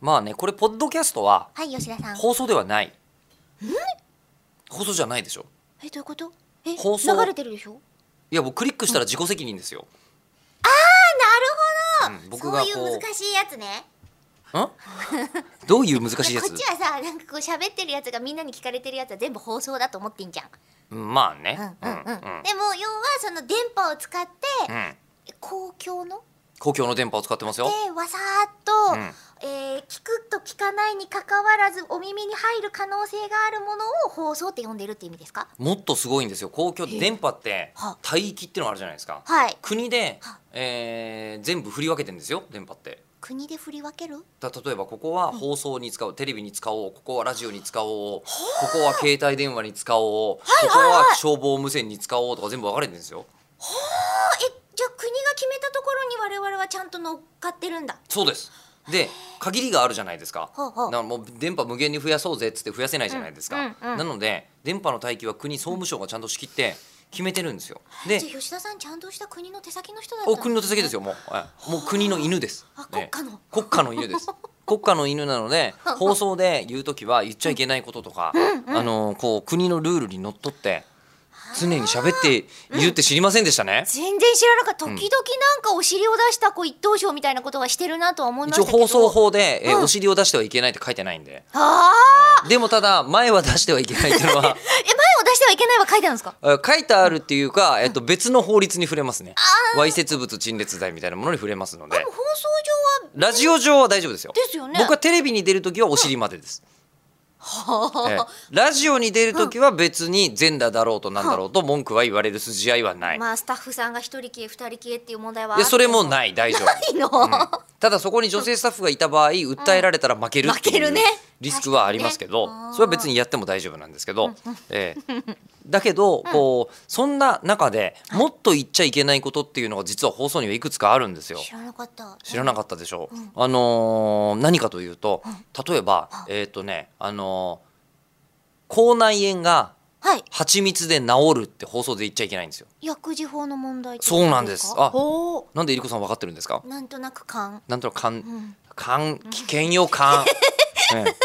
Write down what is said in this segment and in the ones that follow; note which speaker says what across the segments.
Speaker 1: まあねこれポッドキャストは
Speaker 2: はい吉田さん
Speaker 1: 放送ではない放送じゃないでしょ
Speaker 2: えどういうことえ
Speaker 1: 放送
Speaker 2: 流れてるでしょ
Speaker 1: いや僕クリックしたら自己責任ですよ、
Speaker 2: あなる
Speaker 1: う
Speaker 2: ほ
Speaker 1: ん
Speaker 2: ど、
Speaker 1: 僕がこう
Speaker 2: そういう難しいやつね
Speaker 1: んどういう難しいや
Speaker 2: こ
Speaker 1: つ
Speaker 2: っちはさなんかこう喋ってるやつがみんなに聞かれてるやつは全部放送だと思ってんじゃん
Speaker 1: うんまあ
Speaker 2: う
Speaker 1: ね
Speaker 2: んうんう
Speaker 1: う
Speaker 2: ん、
Speaker 1: んうん
Speaker 2: でも要はその電波を使って、
Speaker 1: うん
Speaker 2: 公共の
Speaker 1: 公共の電波を使ってますよ
Speaker 2: でわさーっと、
Speaker 1: うん
Speaker 2: えー聞くと聞かないにかかわらずお耳に入る可能性があるものを放送って呼んでるって意味ですか
Speaker 1: もっとすごいんですよ公共
Speaker 2: へえ
Speaker 1: 電波って
Speaker 2: は
Speaker 1: 帯域ってのがあるじゃないですか
Speaker 2: はい
Speaker 1: 国で
Speaker 2: は、
Speaker 1: えー全部振り分けてんですよ電波って
Speaker 2: 国で振り分ける
Speaker 1: だ例えばここは放送に使おう、テレビに使おうここはラジオに使おうここは携帯電話に使おう、ここは消防無線に使おうとか全部分かれてるんですよ
Speaker 2: あえじゃあ国が決めたところに我々はちゃんと乗っかってるんだ
Speaker 1: そうですで限りがあるじゃないですか
Speaker 2: ほうほう
Speaker 1: だからもう電波無限に増やそうぜっつって増やせないじゃないですか、
Speaker 2: うんうんうん
Speaker 1: なので電波の帯域は国総務省がちゃんと仕切って決めてるんですよで
Speaker 2: じゃあ吉田さんちゃんとした国の手先の人だった
Speaker 1: お国の手先です
Speaker 2: よ
Speaker 1: よもう、はいもう国の犬です
Speaker 2: あ
Speaker 1: ね
Speaker 2: 国家の
Speaker 1: 国家の犬 です国家の犬なので放送で言う時は言っちゃいけないこととか、あのこう国のルールにのっとって常に喋っているって知りませんでしたね、
Speaker 2: 全然知らなかった時々なんかお尻を出した子一等賞みたいなことはしてるなとは思いまし
Speaker 1: 一応
Speaker 2: たけど
Speaker 1: 放送法で、えー
Speaker 2: うん
Speaker 1: お尻を出してはいけないって書いてないんで
Speaker 2: ああ
Speaker 1: でもただ前は出してはいけないっていうのは
Speaker 2: え前を出してはいけないは書いてあるんですか
Speaker 1: えー書いてあるっていうか、えっと、別の法律に触れますねわいせつ物陳列罪みたいなものに触れますので
Speaker 2: でも放送上は
Speaker 1: ラジオ上は大丈夫ですよ
Speaker 2: ですよね
Speaker 1: 僕はテレビに出る時はお尻までです、ええ ラジオに出るときは別に全裸だろうとなんだろうと文句は言われる筋合いはない。
Speaker 2: まあスタッフさんが一人消え二人消えっていう問題はあ
Speaker 1: で
Speaker 2: って
Speaker 1: それもない大丈夫。
Speaker 2: ないの、
Speaker 1: ただそこに女性スタッフがいた場合訴えられたら負けるって
Speaker 2: 負け
Speaker 1: い
Speaker 2: る
Speaker 1: う
Speaker 2: ね
Speaker 1: リスクはありますけど
Speaker 2: 確かにねあー
Speaker 1: それは別にやっても大丈夫なんですけど、ええだけどこうそんな中でもっと言っちゃいけないことっていうのが実は放送にはいくつかあるんですよ。
Speaker 2: 知らなかった
Speaker 1: 知らなかったでしょ、あのー何かというと例えばえっ、とねあのー口内炎が
Speaker 2: はい
Speaker 1: 蜂蜜で治るって放送で言っちゃいけないんですよ
Speaker 2: 薬事法の問題ってこと
Speaker 1: そうなんです
Speaker 2: か
Speaker 1: あ
Speaker 2: ほ
Speaker 1: なんでえりこさん分かってるんですか
Speaker 2: うなんとなく感
Speaker 1: なんとなく勘
Speaker 2: ん
Speaker 1: 勘危険よ勘、ええ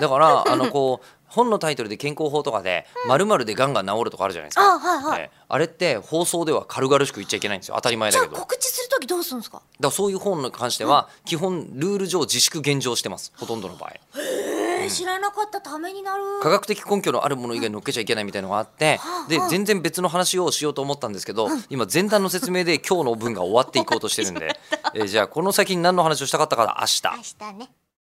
Speaker 1: だからあのこう本のタイトルで健康法とかで「まるでがんが治る」とかあるじゃないですか
Speaker 2: あはいはい
Speaker 1: ええあれって放送では軽々しく言っちゃいけないんですよ当たり前
Speaker 2: じ
Speaker 1: だ
Speaker 2: ゃあ
Speaker 1: けどだか
Speaker 2: 告知するときどうするんですから
Speaker 1: そういう本に関しては基本ルール上自粛減少してますほとんどの場合
Speaker 2: えー、知らなかったためになる
Speaker 1: 科学的根拠のあるもの以外乗っけちゃいけないみたいのがあってで全然別の話をしようと思ったんですけど今前段の説明 で今日の分が終わっていこうとしてるんでえーじゃあこの先に何の話をしたかったかは明日
Speaker 2: 明日ね